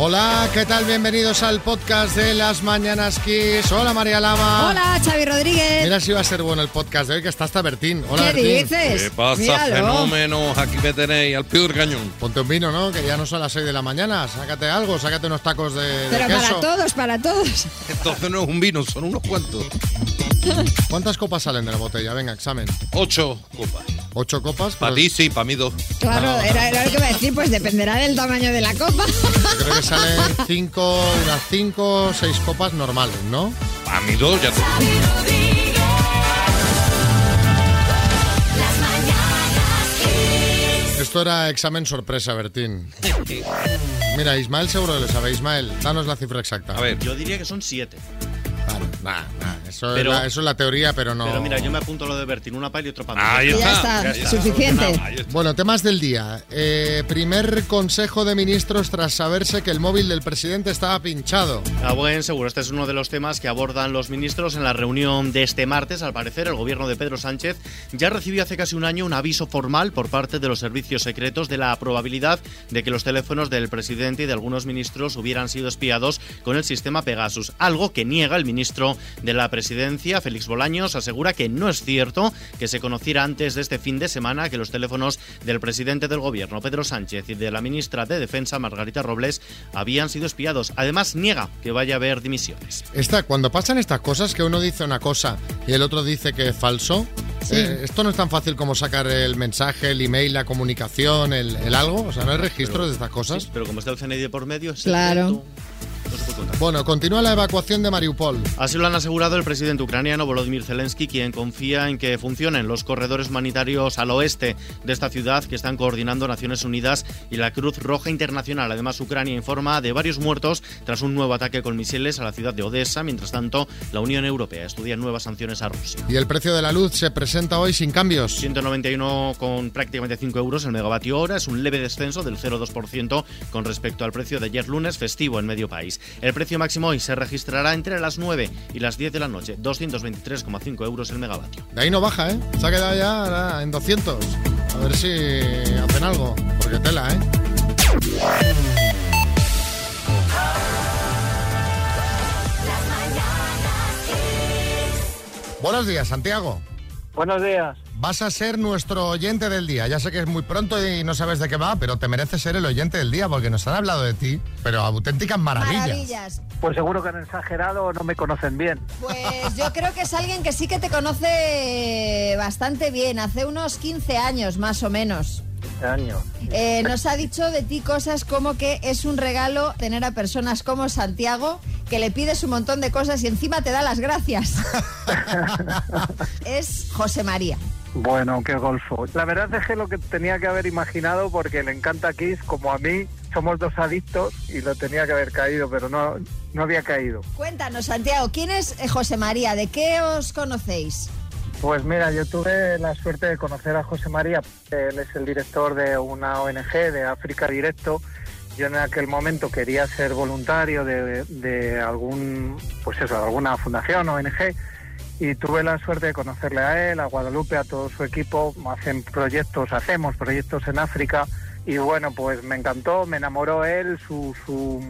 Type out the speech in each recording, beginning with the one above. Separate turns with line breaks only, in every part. Hola, ¿qué tal? Bienvenidos al podcast de Las Mañanas Kiss. Hola, María Lama.
Hola, Ah, Xavi Rodríguez.
Mira si va a ser bueno el podcast de hoy, que está hasta Bertín. Hola,
¿Qué
Bertín.
dices?
¿Qué pasa,
Míralo.
fenómenos? Aquí me tenéis, al pie del cañón.
Ponte un vino, ¿no? Que ya no son las 6 de la mañana. Sácate algo, sácate unos tacos de, de
Pero para
queso.
todos, para todos.
Entonces no es un vino, son unos cuantos.
¿Cuántas copas salen de la botella? Venga, examen.
Ocho copas.
¿Ocho copas?
Para ti
Pues Ah,
sí, para mí dos.
Claro, era, era lo que iba a decir, pues dependerá del tamaño de la copa.
yo creo que salen cinco, unas cinco, seis copas normales, ¿no?
Para mí dos, ya te...
Esto era examen sorpresa, Bertín. Mira, Ismael seguro que lo sabe. Ismael, danos la cifra exacta.
A ver, Ah,
Yo diría que son siete.
Vale, nah, nah, eso,
Pero-
es la, eso es la teoría, pero no.
Pero mira, yo me apunto lo de Bertín, una para y otra para mí.
ahí
Y ya
está.
está, suficiente.
Ahí está.
Bueno, temas del día. Eh, primer consejo de ministros tras saberse que el móvil del presidente estaba pinchado.
A buen seguro, este es uno de los temas que abordan los ministros en la reunión de este martes. Al parecer, el gobierno de Pedro Sánchez ya recibió hace casi un año un aviso formal por parte de los servicios secretos de la probabilidad de que los teléfonos del presidente y de algunos ministros hubieran sido espiados con el sistema Pegasus, algo que niega el ministro de la presidencia, Félix Bolaños, asegura que no es cierto que se conociera antes de este fin de semana que los teléfonos del presidente del gobierno, Pedro Sánchez, y de la ministra de Defensa, Margarita Robles, habían sido espiados. Además, niega que vaya a haber dimisiones.
Esta, cuando pasan estas cosas, que uno dice una cosa y el otro dice que es falso, eh, esto no es tan fácil como sacar el mensaje, el email, la comunicación, el, el algo. O sea, no hay registros de estas cosas.
Sí, pero como está el CNI de por medio, es
Claro.
secreto, no se puede contar.
Bueno, continúa la evacuación de Mariupol.
Así lo han asegurado el presidente ucraniano Volodymyr Zelensky, quien confía en que funcionen los corredores humanitarios al oeste de esta ciudad que están coordinando Naciones Unidas y la Cruz Roja Internacional. Además, Ucrania informa de varios muertos tras un nuevo ataque con misiles a la ciudad de Odessa. Mientras tanto, la Unión Europea estudia nuevas sanciones a Rusia.
Y el precio de la luz se presenta hoy sin cambios.
191 con prácticamente 5 euros el megavatio hora. Es un leve descenso del 0,2% con respecto al precio de ayer lunes festivo en medio país. El precio máximo hoy se registrará entre las 9 y las 10 de la noche, 223,5 euros el megavatio.
De ahí no baja, ¿eh? Se ha quedado ya ahora en 200. A ver si hacen algo. Porque tela, ¿eh? Buenos días, Santiago.
Buenos días.
Vas a ser nuestro oyente del día. Ya sé que es muy pronto y no sabes de qué va, pero te mereces ser el oyente del día porque nos han hablado de ti, pero auténticas maravillas.
Maravillas.
Pues seguro que han exagerado o no me conocen bien.
Pues yo creo que es alguien que sí que te conoce bastante bien, hace unos 15 años más o menos.
Este año.
Eh, nos ha dicho de ti cosas como que es un regalo tener a personas como Santiago, que le pides un montón de cosas y encima te da las gracias. es José María.
Bueno, qué golfo. La verdad es que lo que tenía que haber imaginado, porque le encanta Kiss, como a mí, somos dos adictos y lo tenía que haber caído, pero no, no había caído.
Cuéntanos, Santiago, ¿quién es eh, José María? ¿De qué os conocéis?
Pues mira, yo tuve la suerte de conocer a José María. Él es el director de una ONG de África Directo. Yo en aquel momento quería ser voluntario de, de algún, pues eso, de alguna fundación ONG y tuve la suerte de conocerle a él, a Guadalupe, a todo su equipo. Hacen proyectos, hacemos proyectos en África y bueno, pues me encantó, me enamoró él, su, su,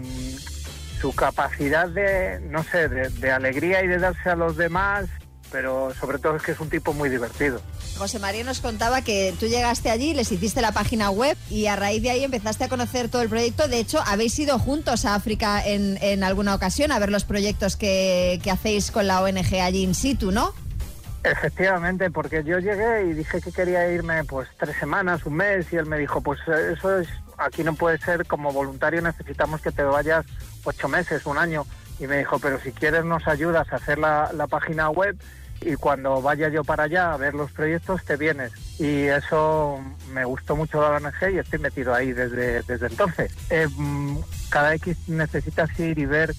su capacidad de, no sé, de, de alegría y de darse a los demás, pero sobre todo es que es un tipo muy divertido.
José María nos contaba que tú llegaste allí, les hiciste la página web y a raíz de ahí empezaste a conocer todo el proyecto. De hecho, habéis ido juntos a África en, en alguna ocasión a ver los proyectos que, que hacéis con la ONG allí in situ, ¿no?
Efectivamente, porque yo llegué y dije que quería irme pues tres semanas, un mes, y él me dijo, pues eh, eso es, aquí no puede ser, como voluntario necesitamos que te vayas ocho meses, un año. Y me dijo, pero si quieres nos ayudas a hacer la, la página web y cuando vaya yo para allá a ver los proyectos te vienes. Y eso me gustó mucho la ONG y estoy metido ahí desde, desde entonces. Eh, mm, cada X necesitas ir y ver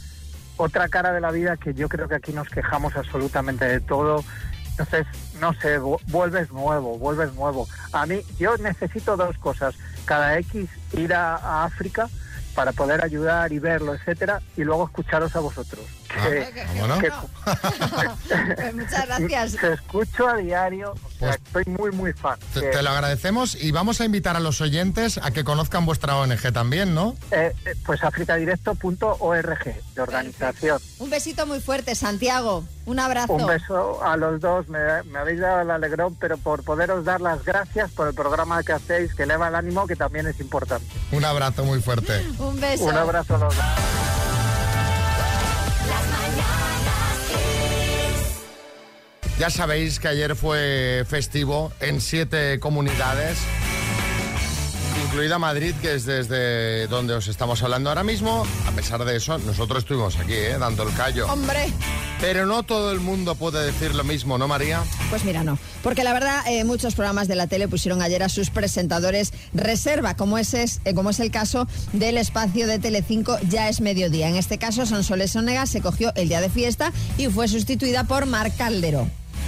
otra cara de la vida que yo creo que aquí nos quejamos absolutamente de todo. Entonces, no sé, vu- vuelves nuevo, vuelves nuevo. A mí, yo necesito dos cosas. Cada X ir a, a África para poder ayudar y verlo, etcétera, y luego escucharos a vosotros.
Ah, vámonos.
que-
Pues muchas gracias.
Te escucho a diario, o sea,
Pues-
estoy muy, muy fan. Eh,
Te,
Que-
te lo agradecemos y vamos a invitar a los oyentes a que conozcan vuestra ONG también, ¿no?
eh, eh, pues africadirecto.org de organización.
Un besito muy fuerte, Santiago. Un abrazo.
Un beso a los dos, me, me habéis dado el alegrón, pero por poderos dar las gracias por el programa que hacéis, que eleva el ánimo, que también es importante.
Un abrazo muy fuerte.
Un beso.
Un abrazo a los dos.
Ya sabéis que ayer fue festivo en siete comunidades, incluida Madrid, que es desde donde os estamos hablando ahora mismo. A pesar de eso, nosotros estuvimos aquí, ¿eh? dando el callo.
Hombre.
Pero no todo el mundo puede decir lo mismo, ¿no, María?
Pues mira, no. Porque la verdad, eh, muchos programas de la tele pusieron ayer a sus presentadores reserva, como es, es- eh, como es el caso del espacio de Telecinco Ya es Mediodía. En este caso, Sonsoles Onega se cogió el día de fiesta y fue sustituida por Mar Caldero.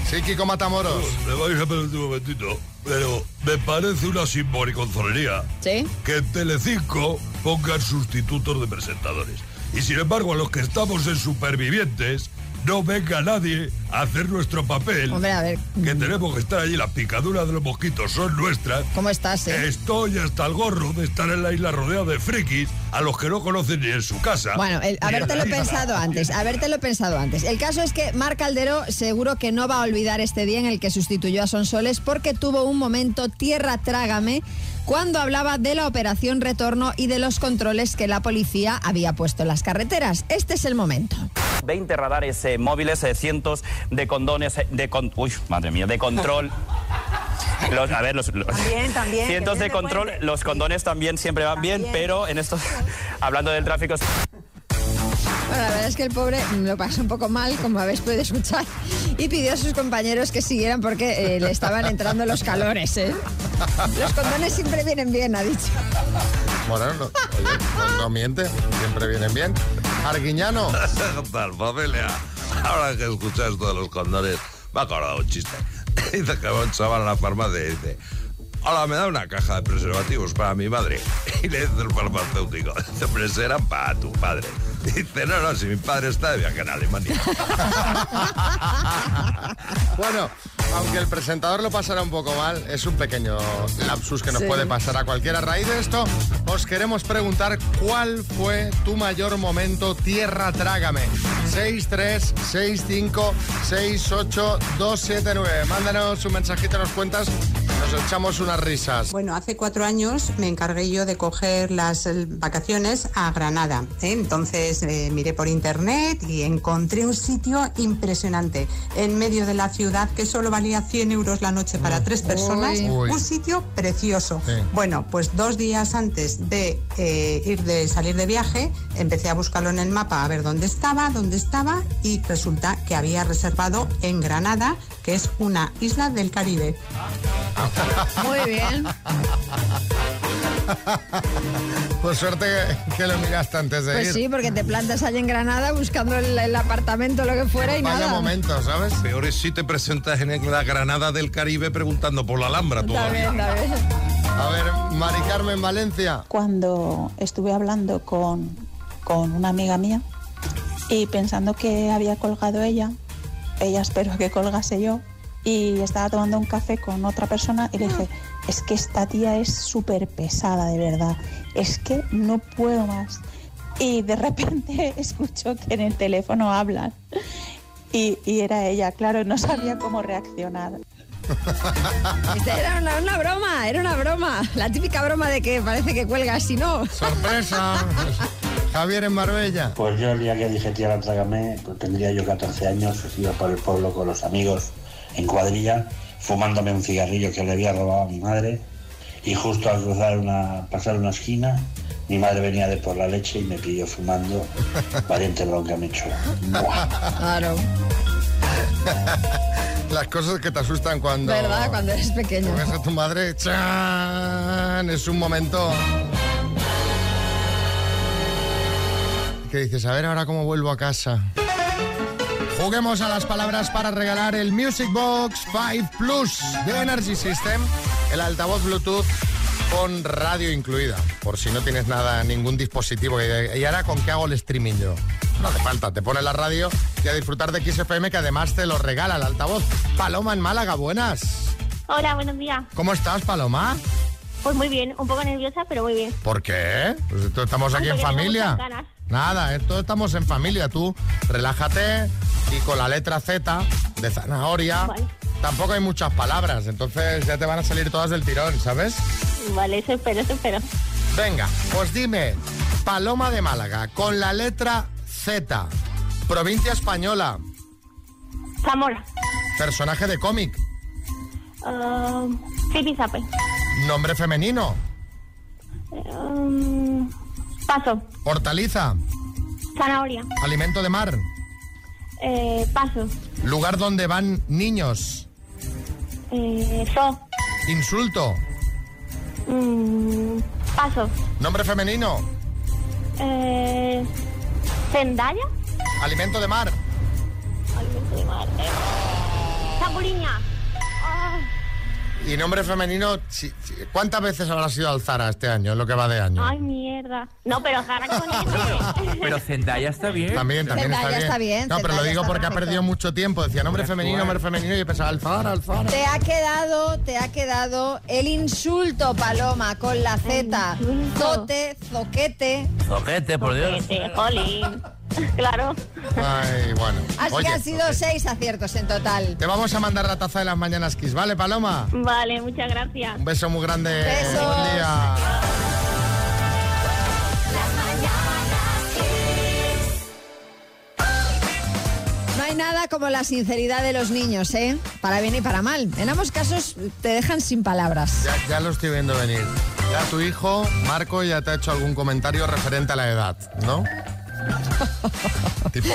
Sí, Kiko Matamoros.
Me vais a permitir un momentito, pero me parece una simboriconzonería
¿Sí?
que en Telecinco pongan sustitutos de presentadores. Y sin embargo, a los que estamos en Supervivientes, no venga nadie a hacer nuestro papel.
Hombre, a ver.
Que tenemos que estar allí, las picaduras de los mosquitos son nuestras.
¿Cómo estás, eh?
Estoy hasta el gorro de estar en la isla rodeado de frikis a los que no conocen ni en su casa.
Bueno, el-
ni en la
habértelo
isla.
pensado antes, habértelo pensado antes. El caso es que Mar Caldero seguro que no va a olvidar este día en el que sustituyó a Sonsoles porque tuvo un momento tierra trágame cuando hablaba de la operación retorno y de los controles que la policía había puesto en las carreteras. Este es el momento.
20 radares eh, móviles, eh, cientos de condones eh, de con- uy, madre mía, de control. Los- a ver, los, los-
También, también, que
cientos
bien
de
me
control,
cuente.
los condones también siempre van bien,
También.
pero en esto, hablando del tráfico,
Bueno, la verdad es que el pobre mm, lo pasó un poco mal, como habéis podido escuchar, y pidió a sus compañeros que siguieran porque eh, le estaban entrando los calores. ¿eh? Los condones siempre vienen bien, ha dicho.
Bueno, no, oye, pues no miente, siempre vienen bien. Arguiñano,
¿Qué tal, familia? Ahora que escuchas esto de los condones, me ha acordado un chiste. Dice que va un chaval a la farmacia y dice, hola, me da una caja de preservativos para mi madre. Y le dice el farmacéutico, dice, pero serán para tu padre. Dice, no, no, si mi padre está de viaje en Alemania.
bueno, aunque el presentador lo pasará un poco mal, es un pequeño lapsus que nos
Sí.
puede pasar a cualquiera. A raíz de esto, os queremos preguntar cuál fue tu mayor momento tierra trágame. 63 65 68 279. Mándanos un mensajito, nos cuentas, nos echamos unas risas.
Bueno, hace cuatro años me encargué yo de coger las eh, vacaciones a Granada. ¿eh? Entonces eh, miré por internet y encontré un sitio impresionante en medio de la ciudad que solo valía 100 euros la noche para tres personas.
Mm. Uy.
Un sitio precioso.
Sí.
Bueno, pues dos días antes de eh, ir de salir de viaje, empecé a buscarlo en el mapa a ver dónde estaba, dónde estaba y resulta que había reservado en Granada, que es una isla del Caribe.
Muy bien.
Pues suerte que, que lo miraste antes de
Pues
ir.
sí, porque te plantas allí en Granada buscando el, el apartamento, lo que fuera y
Vaya
nada.
momento, ¿sabes?
Peor es si te presentas en la Granada del Caribe preguntando por la Alhambra.
Está
todavía.
bien, está bien.
A ver, Mari Carmen Valencia.
cuando estuve hablando con, con una amiga mía y pensando que había colgado ella, ella espero que colgase yo, y estaba tomando un café con otra persona y le dije, es que esta tía es súper pesada de verdad, es que no puedo más. Y de repente escucho que en el teléfono hablan. Y, y era ella, claro, no sabía cómo reaccionar.
Este Era una, una broma, era una broma. La típica broma de que parece que cuelgas y no.
Sorpresa. Javier en Marbella.
Pues yo el día que dije tierra trágame, pues tendría yo 14 años, pues iba por el pueblo con los amigos en cuadrilla, fumándome un cigarrillo que le había robado a mi madre y justo al cruzar una, pasar una esquina, mi madre venía de por la leche y me pilló fumando, valiente bronca me echó. ¡Buah!
Claro,
Las cosas que te asustan cuando...
¿verdad? Cuando eres pequeño.
Ves a tu madre, ¡chan! Es un momento. Que dices, a ver ahora cómo vuelvo a casa. Juguemos a las palabras para regalar el Music Box 5 Plus de Energy System, el altavoz Bluetooth con radio incluida, por si no tienes nada, ningún dispositivo. que- ¿Y ahora con qué hago el streaming yo? No hace falta, te pone la radio y a disfrutar de XFM que además te lo regala el altavoz. Paloma en Málaga, buenas.
Hola, buenos días.
¿Cómo estás, Paloma?
Pues muy bien, un poco nerviosa, pero muy bien.
¿Por qué? Pues esto estamos aquí
Ay,
en
porque tengo
familia.
muchas ganas.
Nada, esto estamos en familia. Tú relájate y con la letra Z de zanahoria.
Vale.
Tampoco hay muchas palabras, entonces ya te van a salir todas del tirón, ¿sabes?
Vale, eso espero, eso espero.
Venga, pues dime, Paloma de Málaga, con la letra Z, provincia española,
Zamora.
personaje de cómic,
Um, Zipizape.
nombre femenino,
Um, paso.
hortaliza,
Zanahoria.
alimento de mar,
Eh, paso.
lugar donde van niños,
Eh, so.
insulto,
Mm, paso.
nombre femenino,
Eh, Zendaya.
alimento de mar.
Alimento de mar. Eh, Zamburiña. Ah,
Y nombre femenino, chi- chi- ¿cuántas veces habrá sido al Zara este año, en lo que va de año?
ay, mierda. No, pero gana con este.
Pero Zendaya está bien.
También, también
Zendaya
está
está
bien.
bien,
No, pero lo
Zendaya
digo
está
porque ha
perfecto.
perdido mucho tiempo. Decía nombre femenino, nombre femenino, y yo pensaba al Zara, al Zara.
Te ha quedado, te ha quedado el insulto, Paloma, con la Z. Tote, zoquete.
Zoquete, por Dios.
Este, jolín. Claro.
Ay, bueno.
Así
Oye,
que han sido seis aciertos en total.
Te vamos a mandar la taza de las mañanas Kiss, ¿vale, Paloma?
Vale, muchas gracias.
Un beso muy grande.
Besos.
Buen día.
No hay nada como la sinceridad de los niños, ¿eh? Para bien y para mal. En ambos casos te dejan sin palabras.
Ya, ya lo estoy viendo venir. Ya tu hijo, Marco, ya te ha hecho algún comentario referente a la edad, ¿no? tipo,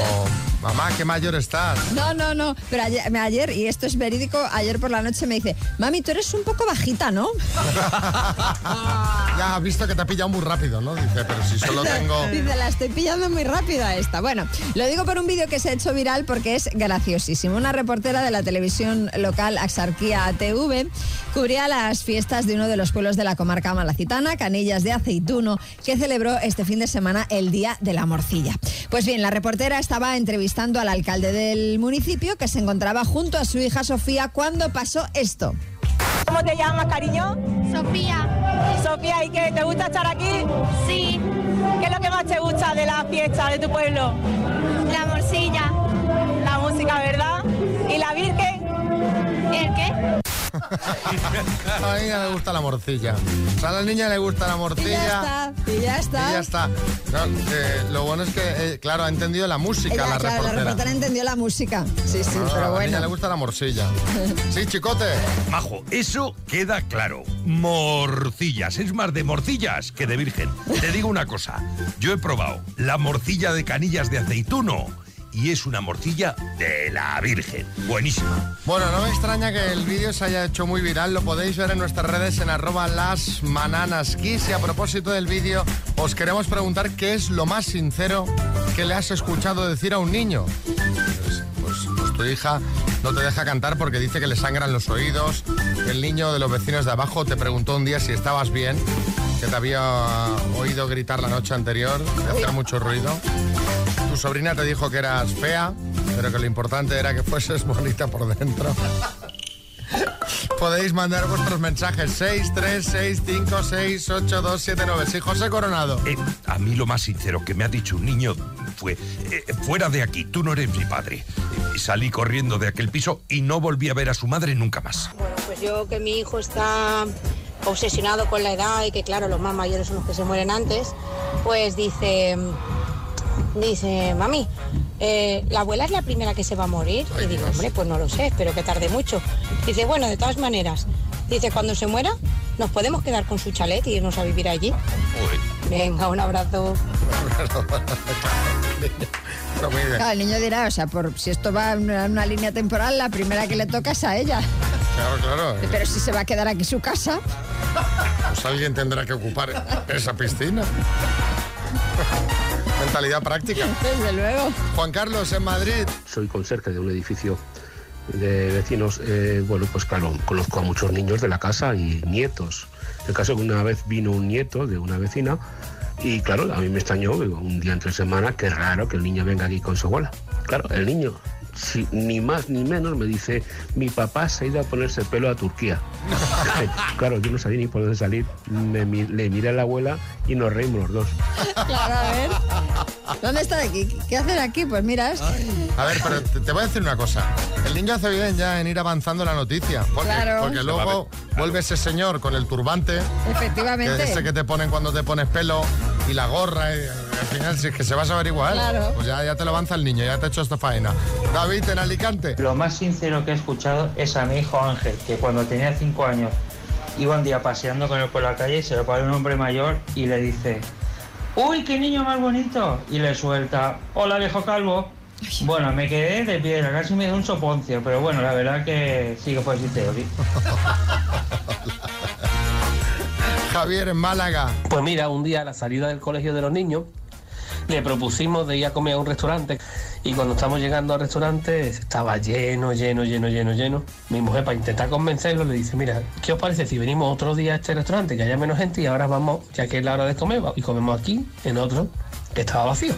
mamá, qué mayor estás.
No, no, no. Pero ayer, me- ayer, y esto es verídico, ayer por la noche me dice, mami, tú eres un poco bajita, ¿no?
Ya has visto que te ha pillado muy rápido, ¿no? Dice, pero si solo tengo...
Dice, la estoy pillando muy rápido a esta. Bueno, lo digo por un vídeo que se ha hecho viral porque es graciosísimo. Una reportera de la televisión local Axarquía TV cubría las fiestas de uno de los pueblos de la comarca malacitana, Canillas de Aceituno, que celebró este fin de semana el Día de la Morcilla. Pues bien, la reportera estaba entrevistando al alcalde del municipio que se encontraba junto a su hija Sofía cuando pasó esto.
¿Cómo te llamas, cariño?
Sofía,
Sofía, ¿y qué? ¿Te gusta estar aquí?
sí,
¿Qué es lo que más te gusta de la fiesta de tu pueblo?
la morcilla.
La música, ¿verdad? ¿Y la Virgen?
¿El qué?
A la niña le gusta la morcilla. O sea, a la niña le gusta la
Y
morcilla.
ya está, y ya
Y
está.
ya está. No, eh, lo bueno es que, eh, claro, ha entendido la música
Ella,
la
claro, la
reportera.
reportera entendió la música. Sí,
Ah,
sí, pero
A la niña
bueno.
le gusta la morcilla. Sí, chicote.
Majo, eso queda claro. Morcillas. Es más de morcillas que de virgen. Te digo una cosa. Yo he probado la morcilla de canillas de aceituno. Y es una morcilla de la virgen. Buenísima.
Bueno, no me extraña que el vídeo se haya hecho muy viral. Lo podéis ver en nuestras redes en arroba las Y a propósito del vídeo, os queremos preguntar qué es lo más sincero que le has escuchado decir a un niño. Pues, pues, pues tu hija no te deja cantar porque dice que le sangran los oídos. El niño de los vecinos de abajo te preguntó un día si estabas bien, que te había oído gritar la noche anterior, de hacer mucho ruido. Tu sobrina te dijo que eras fea, pero que lo importante era que fueses bonita por dentro. Podéis mandar vuestros mensajes 6, 3, 6, 5, 6, 8, 2, 7, 9. Sí, José Coronado.
Eh, a mí lo más sincero que me ha dicho un niño fue, eh, fuera de aquí, tú no eres mi padre. Y salí corriendo de aquel piso y no volví a ver a su madre nunca más.
Bueno, pues yo que mi hijo está obsesionado con la edad y que claro, los más mayores son los que se mueren antes, pues dice, dice, mami, eh, la abuela es la primera que se va a morir. Y digo, hombre, pues no lo sé, espero que tarde mucho. Dice, bueno, de todas maneras, dice, cuando se muera, nos podemos quedar con su chalet y irnos a vivir allí. Venga, un abrazo.
Pero muy bien.
Claro, el niño dirá, o sea, por, si esto va en una, en una línea temporal, la primera que le toca es a ella.
Claro, claro. eh,
Pero si se va a quedar aquí su casa.
Pues alguien tendrá que ocupar esa piscina. Mentalidad práctica.
Desde luego.
Juan Carlos en Madrid.
soy conserje de un edificio de vecinos, eh, bueno, pues claro, conozco a muchos niños de la casa y nietos. El caso es que una vez vino un nieto de una vecina Y claro, a mí me extrañó, digo, un día entre semana, qué raro que el niño venga aquí con su abuela. Claro, el niño, si- ni más ni menos, me dice, mi papá se ha ido a ponerse pelo a Turquía. claro, yo no sabía ni por dónde salir. Me mi- le miré a la abuela y nos reímos los dos.
Claro, a ver. ¿Dónde están aquí? ¿Qué hacen aquí? Pues mira.
A ver, pero te, te voy a decir una cosa. El niño hace bien ya en ir avanzando la noticia. Porque,
Claro.
porque
Se va a
luego vuelve ese señor con el turbante.
Efectivamente.
Que ese que te ponen cuando te pones pelo y la gorra. y, eh, al final, si es que se vas a averiguar,
Claro.
pues ya, ya te lo avanza el niño, ya te ha hecho esta faena. David, en Alicante.
Lo más sincero que he escuchado es a mi hijo Ángel, que cuando tenía 5 años iba un día paseando con él por la calle, se lo para un hombre mayor y le dice, ¡Uy, qué niño más bonito! Y le suelta, ¡Hola, viejo calvo! Bueno, me quedé de piedra, casi me dio un soponcio, pero bueno, la verdad que sí que fue sincero. sí.
Javier en Málaga.
Pues mira, un día a la salida del colegio de los niños le propusimos de ir a comer a un restaurante y cuando estamos llegando al restaurante estaba lleno, lleno, lleno, lleno, lleno. Mi mujer para intentar convencerlo le dice, mira, ¿qué os parece si venimos otro día a este restaurante que haya menos gente y ahora vamos, ya que es la hora de comer, va- y comemos aquí en otro que estaba vacío?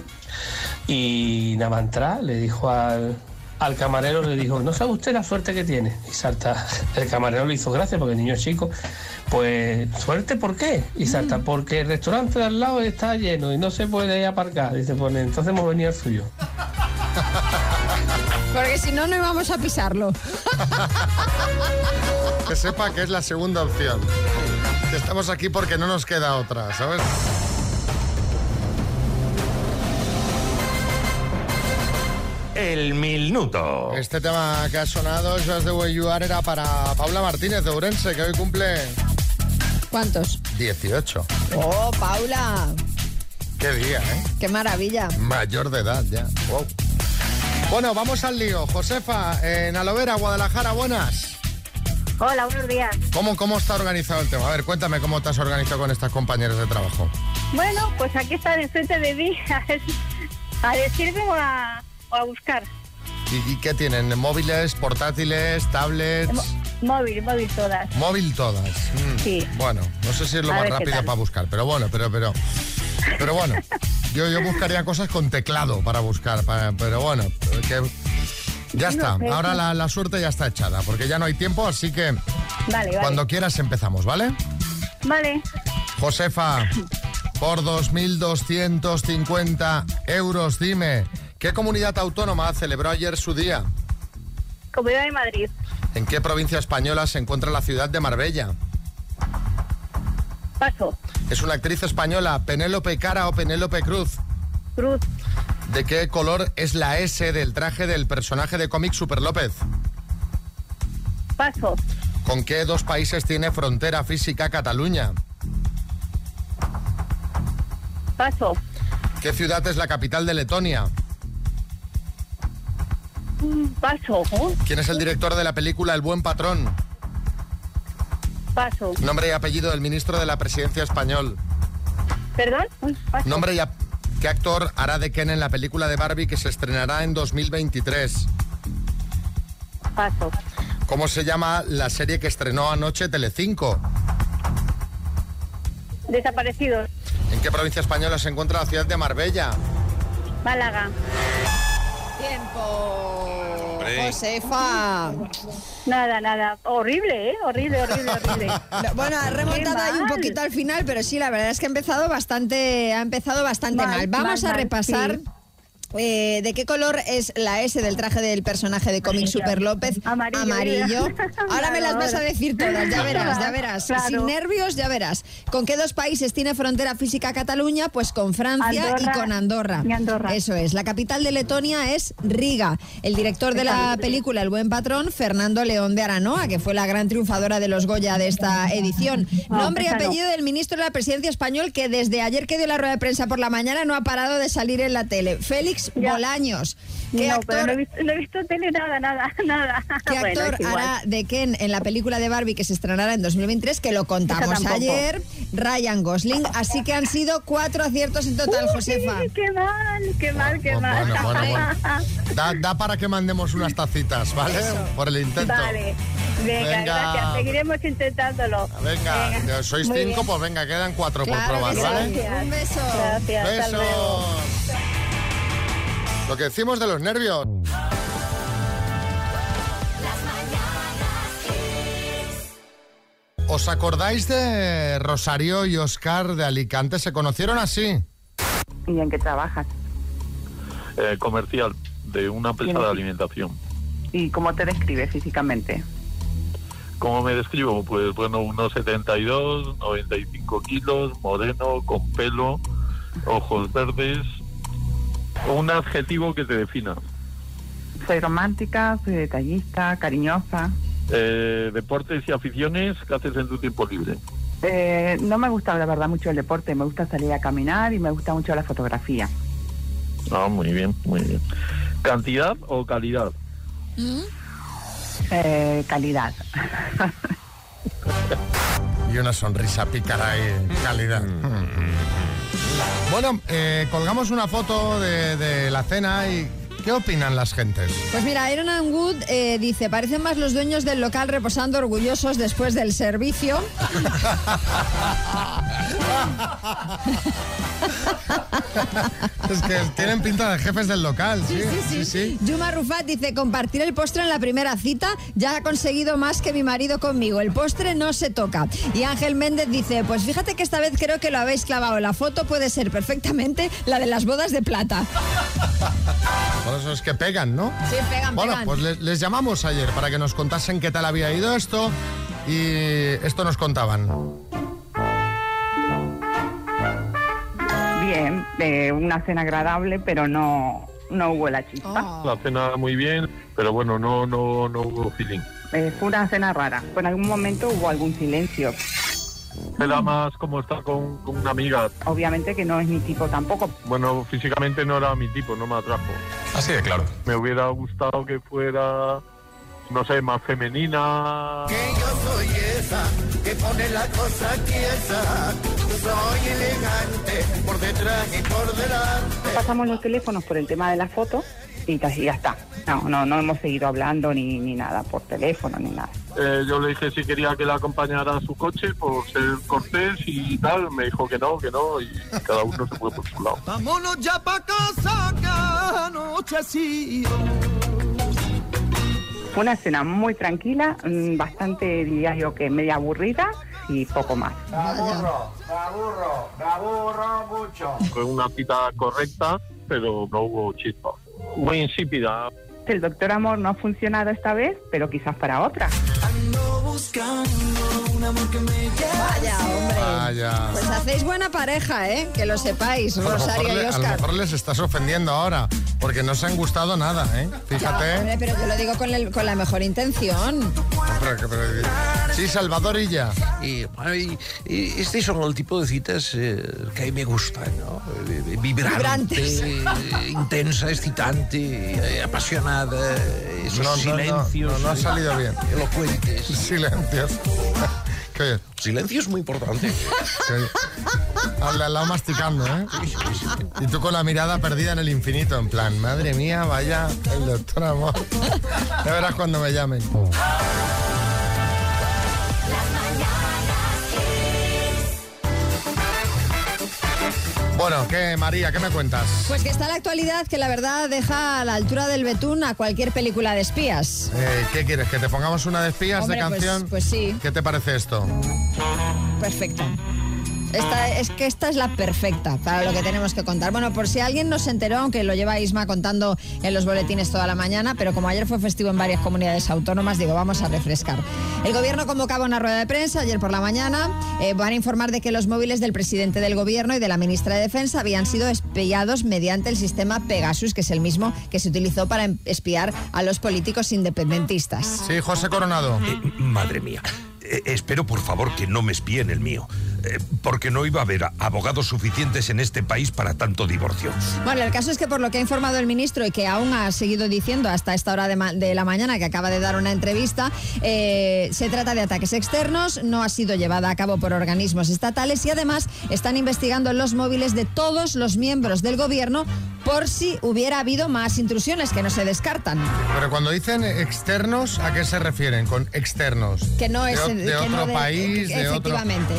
Y nada más entrar, le dijo al, al camarero, le dijo, no sabe usted la suerte que tiene. Y salta, el camarero le hizo gracia porque el niño es chico. Pues, ¿suerte por qué? Y salta, porque el restaurante de al lado está lleno y no se puede aparcar. Dice, pues entonces hemos venido al suyo.
Porque si no, no íbamos a pisarlo.
Que sepa que es la segunda opción. Que estamos aquí porque no nos queda otra, ¿sabes?
El minuto.
Este tema que ha sonado, Just the Way You Are, era para Paula Martínez de Urense, que hoy cumple
¿Cuántos?
18.
Oh, Paula.
¡Qué día, eh!
Qué maravilla.
Mayor de edad ya. Wow. Bueno, vamos al lío. Josefa, en Alovera, Guadalajara, buenas.
Hola, buenos días.
¿Cómo, ¿Cómo está organizado el tema? A ver, cuéntame cómo te has organizado con estas compañeras de trabajo.
Bueno, pues aquí está enfrente de mí a, ver- a decirme o a, o a buscar.
¿Y, y qué tienen? ¿Móviles, portátiles, tablets?
Móvil, móvil todas.
Móvil todas. Mm.
Sí.
Bueno, no sé si es lo
A
más
ver qué
rápido
tal.
para buscar, pero bueno, pero pero pero bueno. Yo, yo buscaría cosas con teclado para buscar, para- pero bueno, que- ya
No
está.
sé.
Ahora la, la suerte ya está echada, porque ya no hay tiempo, así que
Vale, vale.
cuando quieras empezamos, ¿vale?
Vale.
Josefa, por 2.250 euros, dime, ¿qué comunidad autónoma celebró ayer su día?
Comunidad de Madrid.
¿En qué provincia española se encuentra la ciudad de Marbella?
Paso.
Es una actriz española, Penélope Cara o Penélope Cruz.
Cruz.
¿De qué color es la S del traje del personaje de cómic Super López?
Paso.
¿Con qué dos países tiene frontera física Cataluña?
Paso.
¿Qué ciudad es la capital de Letonia?
Mm, Paso. ¿eh?
¿Quién es el director de la película El Buen Patrón?
Paso.
Nombre y apellido del ministro de la presidencia español.
¿Perdón? Uy, paso.
Nombre y ap- ¿Qué actor hará de Ken en la película de Barbie que se estrenará en 2023?
Paso.
¿Cómo se llama la serie que estrenó anoche Telecinco?
Desaparecido.
¿En qué provincia española se encuentra la ciudad de Marbella?
Málaga.
Tiempo.
Hombre.
Josefa.
Nada, nada. Horrible, ¿eh? Horrible, horrible, horrible.
No, Bueno, ha
Qué
remontado ahí un
mal.
poquito al final, pero sí, la verdad es que ha empezado bastante, ha empezado bastante mal.
Mal,
Vamos
mal,
a
mal,
repasar.
sí.
eh, ¿De qué color es la S del traje del personaje de cómic Super López? Amarillo. Ahora me las
Claro,
vas a
ahora.
decir todas, ya verás, ya verás.
Claro.
Sin nervios, ya verás. ¿Con qué dos países tiene frontera física Cataluña? Pues con Francia
Andorra
y con Andorra.
y Andorra.
Eso es. La capital de Letonia es Riga. El director de la película El Buen Patrón, Fernando León de Aranoa, que fue la gran triunfadora de los Goya de
Ah,
esta edición.
No,
Nombre y
esa no.
apellido del ministro de la presidencia español que desde ayer que dio la rueda de prensa por la mañana no ha parado de salir en la tele. Félix Félix Bolaños. ¿Qué
no, pero
actor
no he visto, no he visto tele nada, nada, nada.
¿Qué
Bueno,
actor
es igual.
hará de Ken en la película de Barbie que se estrenará en 2023? Que lo contamos
tampoco.
ayer. Ryan Gosling. Así que han sido cuatro aciertos en total,
Uy,
Josefa.
Qué mal, qué mal, qué mal.
Bueno, bueno, bueno. Da, da para que mandemos unas tacitas, ¿vale?
Eso.
Por el intento.
Vale, venga,
Venga.
gracias, seguiremos intentándolo.
Venga,
Venga.
sois
Muy
cinco,
bien.
pues venga, quedan cuatro
Claro
por probar,
que
¿vale?
sí.
Un beso.
Gracias, hasta
Besos.
luego.
Lo que decimos de los nervios. ¿Os acordáis de Rosario y Oscar de Alicante? ¿Se conocieron así?
¿Y en qué trabajas?
Eh, comercial de una empresa de alimentación.
¿Y cómo te describes físicamente?
¿Cómo me describo? Pues bueno, unos 72, 95 kilos, moreno, con pelo, ojos verdes. Un adjetivo que te defina.
¿Soy romántica, soy detallista, cariñosa?
Eh, deportes y aficiones, ¿qué haces en tu tiempo libre?
Eh, no me gusta, la verdad, mucho el deporte. Me gusta salir a caminar y me gusta mucho la fotografía.
Ah, muy bien, muy bien. ¿Cantidad o calidad?
Eh, calidad.
Y una sonrisa pícara y calidad. Bueno, eh, colgamos una foto de, de la cena y ¿qué opinan las gentes?
Pues mira, Aaron and Wood eh, dice, parecen más los dueños del local reposando orgullosos después del servicio.
Es que tienen pinta de jefes del local, sí.
Sí, sí. Yuma Rufat dice, compartir el postre en la primera cita ya ha conseguido más que mi marido conmigo. El postre no se toca. Y Ángel Méndez dice, pues fíjate que esta vez creo que lo habéis clavado. La foto puede ser perfectamente la de las bodas de plata.
Por eso es que pegan, ¿no?
Sí, pegan,
Bueno,
pegan.
pues les, les llamamos ayer para que nos contasen qué tal había ido esto y esto nos contaban.
Bien, eh, una cena agradable, pero no, no hubo la chispa.
La cena muy bien, pero bueno, no, no, no hubo feeling.
Eh, fue una cena rara. En algún momento hubo algún silencio.
Me da más como estar con, con una amiga.
Obviamente que no es mi tipo tampoco.
Bueno, físicamente no era mi tipo, no me atrajo.
Así de claro.
Me hubiera gustado que fuera, no sé, más femenina.
soy esa que pone la cosa tiesa. Soy elegante por detrás y por delante.
Pasamos los teléfonos por el tema de la foto y ta- y ya está. No, no, no hemos seguido hablando ni, ni nada por teléfono ni nada.
Eh, yo le dije si quería que la acompañara a su coche por ser cortés y tal. Me dijo que no, que no, y cada uno se fue por su lado.
Vámonos ya pa' casa que ha anochecido.
Fue una cena muy tranquila, mm, bastante, diría yo, que media aburrida y poco más.
Me aburro, me aburro, me aburro mucho.
Fue una cita correcta, pero no hubo chispa. Muy insípida.
El doctor Amor no ha funcionado esta vez, pero quizás para otra.
Ando buscando un amor que me
Vaya, hombre.
Vaya.
Pues hacéis buena pareja, ¿eh? Que lo sepáis,
A lo, mejor
Rosario
le-
y
a lo
Oscar.
mejor les estás ofendiendo ahora, porque no se han gustado nada, ¿eh?
Ya,
Fíjate.
hombre, pero yo lo digo con, el- con la mejor intención.
Pero- pero- sí, Salvadorilla.
Y, bueno, y- y este son el tipo de citas eh, que a mí me gustan, ¿no? Eh, Vibrante,
Vibrantes.
eh, intensa, excitante, eh, apasionada, eh, esos
No, no, no,
silencios. eh,
no, no ha salido bien.
Elocuentes.
Silencios. ¿Qué?
Silencio es muy importante.
Al de al lado masticando, ¿eh? Y tú con la mirada perdida en el infinito, en plan, madre mía, vaya, el doctor amor. Ya verás cuando me llamen. Bueno, ¿qué, María? ¿Qué me cuentas?
Pues que está la actualidad que la verdad deja a la altura del betún a cualquier película de espías.
Eh, ¿Qué quieres? ¿Que te pongamos una de espías de
Hombre, pues-
canción?
pues sí.
¿Qué te parece esto?
Perfecto. Esta, es que esta es la perfecta para lo que tenemos que contar. Bueno, por si alguien no se enteró, aunque lo lleva Isma contando en los boletines toda la mañana, pero como ayer fue festivo en varias comunidades autónomas, digo, vamos a refrescar. El gobierno convocaba una rueda de prensa ayer por la mañana. eh, van a informar de que los móviles del presidente del gobierno y de la ministra de Defensa habían sido espiados mediante el sistema Pegasus, que es el mismo que se utilizó para em- espiar a los políticos independentistas.
Sí, José Coronado.
Madre mía.
eh, espero por favor que no me espíen el mío, eh, porque no iba a haber a- abogados suficientes en este país para tanto divorcio.
Bueno, el caso es que por lo que ha informado el ministro y que aún ha seguido diciendo hasta esta hora de, ma- de la mañana que acaba de dar una entrevista, eh, se trata de ataques externos, no ha sido llevada a cabo por organismos estatales y además están investigando los móviles de todos los miembros del gobierno por si hubiera habido más intrusiones que no se descartan.
Pero cuando dicen externos, ¿a qué se refieren con externos?
Que no
De
es
o-
que
de otro
no
país, de otro...
efectivamente.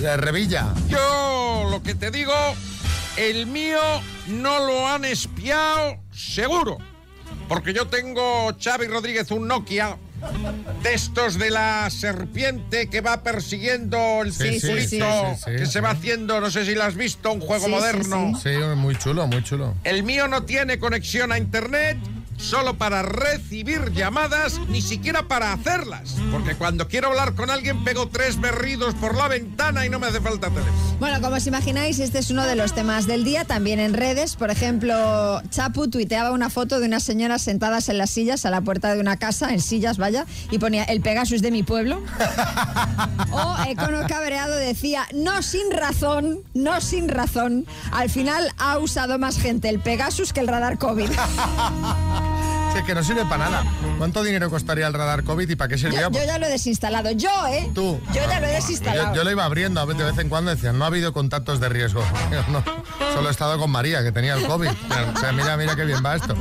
De Revilla.
Yo lo que te digo, el mío no lo han espiado seguro. Porque yo tengo Xavi Rodríguez un Nokia de estos de la serpiente que va persiguiendo el
Sí, sí,
circulito
sí, sí, sí,
que
sí.
se va haciendo, no sé si lo has visto, un juego moderno.
Sí, muy chulo, muy chulo.
El mío no tiene conexión a internet solo para recibir llamadas, ni siquiera para hacerlas. Porque cuando quiero hablar con alguien pego tres berridos por la ventana y no me hace falta teléfono.
Bueno, como os imagináis, este es uno de los temas del día, también en redes. Por ejemplo, Chapu tuiteaba una foto de unas señoras sentadas en las sillas a la puerta de una casa, en sillas, vaya, y ponía el Pegasus de mi pueblo.
Oh,
o
eh,
Econo Cabreado decía, no sin razón, no sin razón, al final ha usado más gente el Pegasus que el radar COVID.
Sí, que no sirve para nada. ¿Cuánto dinero costaría el radar COVID y para qué servía?
yo, yo ya lo he desinstalado, yo, ¿eh?
Tú.
Yo ya lo he
Yo,
desinstalado.
yo lo iba abriendo a veces- de vez en cuando, decían, no ha habido contactos de riesgo. Digo, "No, solo he estado con María, que tenía el COVID. O sea, mira, mira qué bien va esto.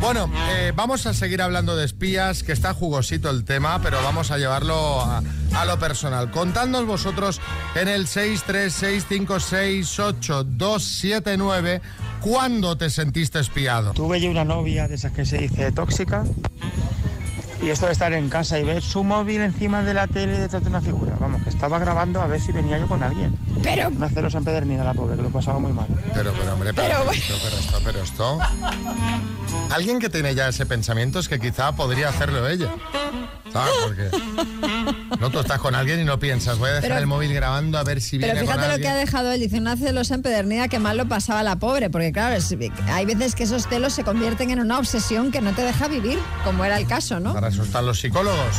Bueno, eh, vamos a seguir hablando de espías, que está jugosito el tema, pero vamos a llevarlo a, a lo personal. Contadnos vosotros en el 636568279 cuándo te sentiste espiado.
Tuve yo una novia de esas que se dice tóxica. Y esto de estar en casa y ver su móvil encima de la tele detrás de una figura. Vamos, que estaba grabando a ver si venía yo con alguien.
Pero.
Una celosa empedernida la pobre, que lo pasaba muy mal.
Pero, pero, hombre, pero, pero esto, pero esto, pero esto. Alguien que tiene ya ese pensamiento es que quizá podría hacerlo ella. ¿Sabes? Porque no tú estás con alguien y no piensas, voy a dejar
Pero-
el móvil grabando a ver si
Pero
viene con
fíjate lo que ha
alguien.
dejado él, dice una celosa empedernida que mal lo pasaba la pobre, porque claro, es- hay veces que esos celos se convierten en una obsesión que no te deja vivir, como era el caso, ¿no?
Para eso están los psicólogos.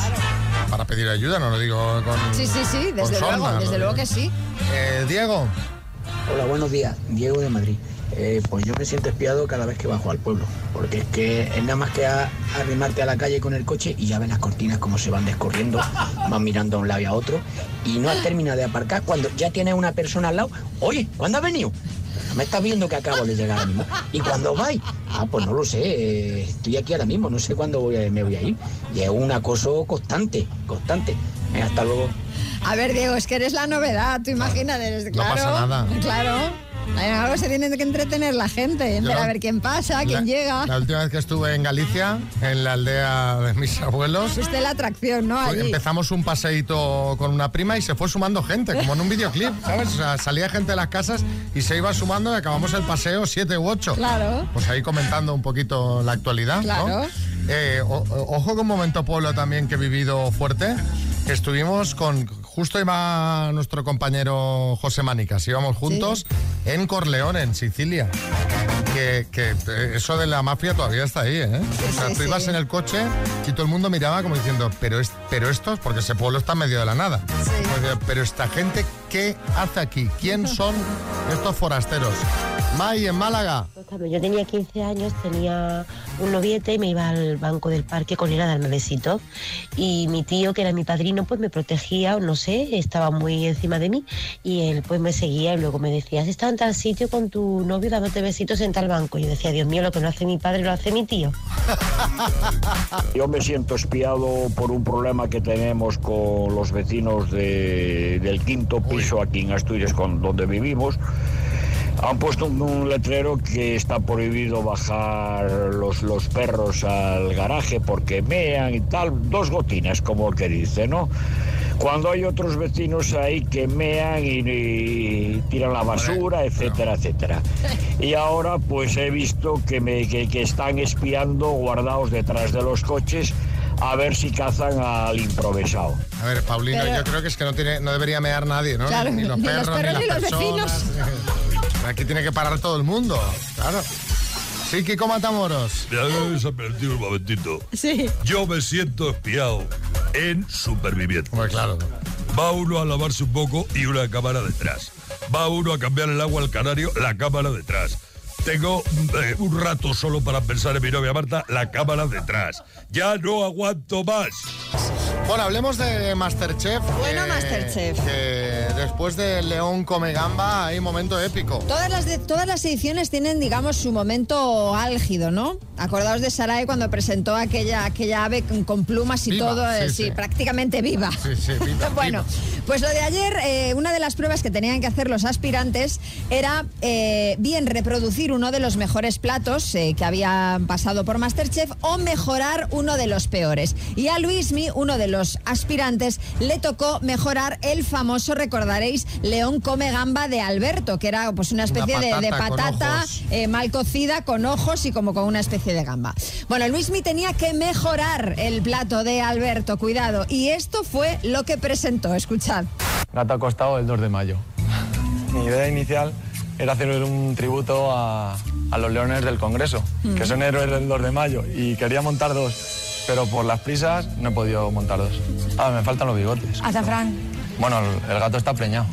Para pedir ayuda, no lo digo con.
Sí, sí, sí,
con
desde
sonda,
luego,
¿no?
desde luego que sí.
Eh, Diego.
Hola, buenos días. Diego de Madrid. Eh, pues yo me siento espiado cada vez que bajo al pueblo, porque es que es nada más que a- arrimarte a la calle con el coche y ya ves las cortinas como se van descorriendo, van mirando a un lado y a otro, y no has terminado de aparcar cuando ya tienes una persona al lado. Oye, ¿cuándo has venido? Me estás viendo que acabo de llegar ahora mismo. ¿Y cuándo vais? Ah, pues no lo sé. eh, estoy aquí ahora mismo, no sé cuándo voy a- me voy a ir. Y es un acoso constante, constante. Venga, Hasta luego.
A ver, Diego, es que eres la novedad, tú imagínate, eres-
No
claro.
pasa nada.
Claro. En algo se tiene que entretener la gente,
Yo
ver
la-
a ver quién pasa,
la-
quién llega.
La última vez que estuve en Galicia, en la aldea de mis abuelos.
Fuiste la atracción, ¿no?
Pues
Allí.
Empezamos un paseíto con una prima y se fue sumando gente, como en un videoclip, ¿sabes? O sea, salía gente de las casas y se iba sumando y acabamos el paseo 7 u 8.
Claro.
Pues ahí comentando un poquito la actualidad,
Claro.
¿no? Eh, o- o- ojo con Momento Pueblo también que he vivido fuerte, que estuvimos con... Justo iba nuestro compañero José Manicas, íbamos juntos en Corleone, en Sicilia. Que, que, eh, eso de la mafia todavía está ahí, ¿eh? O sea, tú ibas en el coche y todo el mundo miraba como diciendo, pero, es, pero estos, porque ese pueblo está en medio de la nada. Como diciendo, Pero esta gente, ¿qué hace aquí? ¿Quién son estos forasteros? May en Málaga.
Pues, Cuando yo tenía 15 años tenía un noviete y me iba al banco del parque con él a darme besitos. Y mi tío, que era mi padrino, pues me protegía, o no sé, estaba muy encima de mí. Y él pues me seguía y luego me decía, has estado en tal sitio con tu novio dándote besitos en tal banco. Y yo decía, Dios mío, lo que no hace mi padre lo hace mi tío.
Yo me siento espiado por un problema que tenemos con los vecinos de- del quinto piso aquí en Asturias, con, donde vivimos. Han puesto un, un letrero que está prohibido bajar los, los perros al garaje porque mean y tal, dos gotinas, como el que dice, ¿no? Cuando hay otros vecinos ahí que mean y, y tiran la basura, etcétera, etcétera. Y ahora pues he visto que, me, que, que están espiando guardados detrás de los coches a ver si cazan al improvisado.
A ver, Paulino,
Pero-
yo creo que es que no, tiene, no debería mear nadie, ¿no?
Claro,
ni los
ni los
perros,
perros,
ni
ni
las
los
personas. Aquí tiene que parar todo el mundo, claro. Sí, Kiko Matamoros.
Mira, me habéis advertido un momentito.
Sí.
Yo me siento espiado
en Superviviente.
Pues claro.
Va uno a lavarse un poco y una cámara detrás. Va uno a cambiar el agua al canario, la cámara detrás. Tengo eh, un rato solo para pensar en mi novia Marta, la cámara detrás. Ya no aguanto más.
Bueno, hablemos de Masterchef.
Bueno,
que-
Masterchef.
Que después de León come gamba hay momento épico.
Todas las, de- todas las ediciones tienen, digamos, su momento álgido, ¿no? Acordaos de Sarae cuando presentó aquella, aquella ave con, con plumas y
Viva,
todo, eh,
sí,
sí,
sí.
prácticamente viva.
Sí, sí, viva,
bueno, pues lo de ayer, eh, una de las pruebas que tenían que hacer los aspirantes era eh, bien reproducir uno de los mejores platos eh, que habían pasado por Masterchef o mejorar uno de los peores. Y a Luismi, uno de los aspirantes, le tocó mejorar el famoso, recordaréis, León come gamba de Alberto, que era pues una especie de- de,
patata con
patata
ojos.
eh, mal cocida, con ojos y como con una especie de gamba. Bueno, Luismi tenía que mejorar el plato de Alberto, cuidado. Y esto fue lo que presentó, escuchad.
Nata Costado del 2 de mayo. Mi idea inicial era hacer un tributo a, a los leones del Congreso,
Mm.
que son héroes del 2 de mayo, y quería montar dos, pero por las prisas no he podido montar dos. Ah, me faltan los bigotes.
Azafrán.
Bueno, el, el gato está preñado.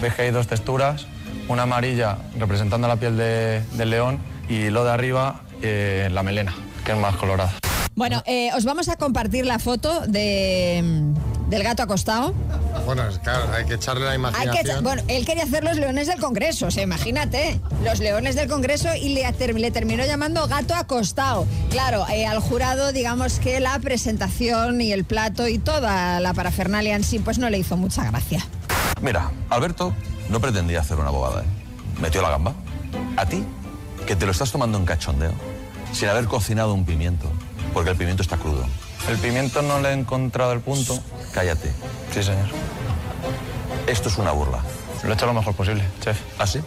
Veis que hay dos texturas, una amarilla representando la piel de- del león y lo de arriba, eh, la melena, que es más colorada.
Bueno, eh, os vamos a compartir la foto de, mm, del gato acostado.
Bueno, es claro, hay que echarle la
Hay
imaginación.
que echa- bueno, él quería hacer los leones del Congreso, o sea, imagínate, los leones del Congreso y le, ter- le terminó llamando gato acostado. Claro, eh, al jurado, digamos que la presentación y el plato y toda la parafernalia en sí, pues no le hizo mucha gracia.
Mira, Alberto no pretendía hacer una bobada. ¿eh? Metió la gamba. A ti, que te lo estás tomando en cachondeo, sin haber cocinado un pimiento, porque el pimiento está crudo.
El pimiento no le he encontrado el punto.
Cállate.
Sí, señor.
Esto es una burla.
Lo he hecho lo mejor posible, chef.
¿Ah, sí?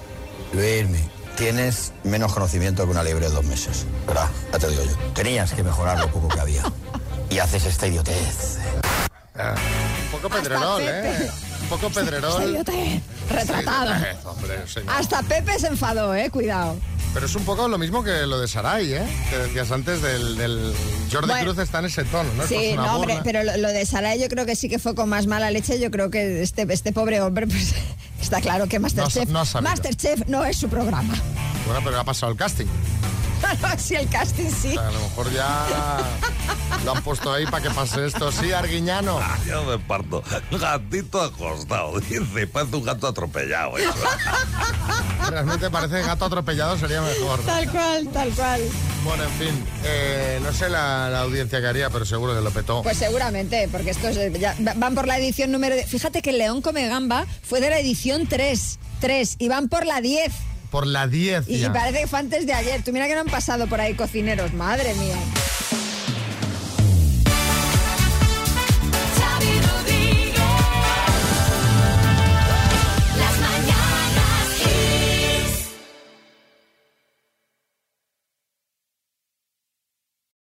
Luismi, tienes menos conocimiento que una liebre de dos meses. ¿Verdad? Ya te digo yo. Tenías que mejorar lo poco que había. Y haces este esta idiotez.
Ah, Un poco pedrerol, ¿eh? Un poco pedrerol.
Retratado.
Sí, hombre, señor.
Hasta Pepe se enfadó, eh, cuidado.
Pero es un poco lo mismo que lo de Sarai, ¿eh? Que decías antes del, del Jordi
Bueno.
Cruz está en ese tono, ¿no? Es pues
Sí,
una
no, hombre,
burla.
pero lo, lo de Saray yo creo que sí que fue con más mala leche. Yo creo que este, este pobre hombre, pues está claro que Masterchef
no ha sabido.
Masterchef no es su programa.
Bueno, pero ha pasado el casting.
si el casting
O
sí.
sea, a lo mejor ya lo han puesto ahí para que pase esto. Sí, Arguiñano.
Yo me parto. Gatito acostado. Dice, parece un gato atropellado. eso.
Realmente parece gato atropellado, sería mejor.
Tal cual, tal cual.
Bueno, en fin, eh, no sé la, la audiencia que haría, pero seguro que lo petó.
Pues seguramente, porque estos eh, ya va- van por la edición número... de- Fíjate que León Come Gamba fue de la edición 3, 3, y van por la 10.
Por la 10
Y, y
ya.
parece que fue antes de ayer. Tú mira que no han pasado por ahí cocineros, madre mía.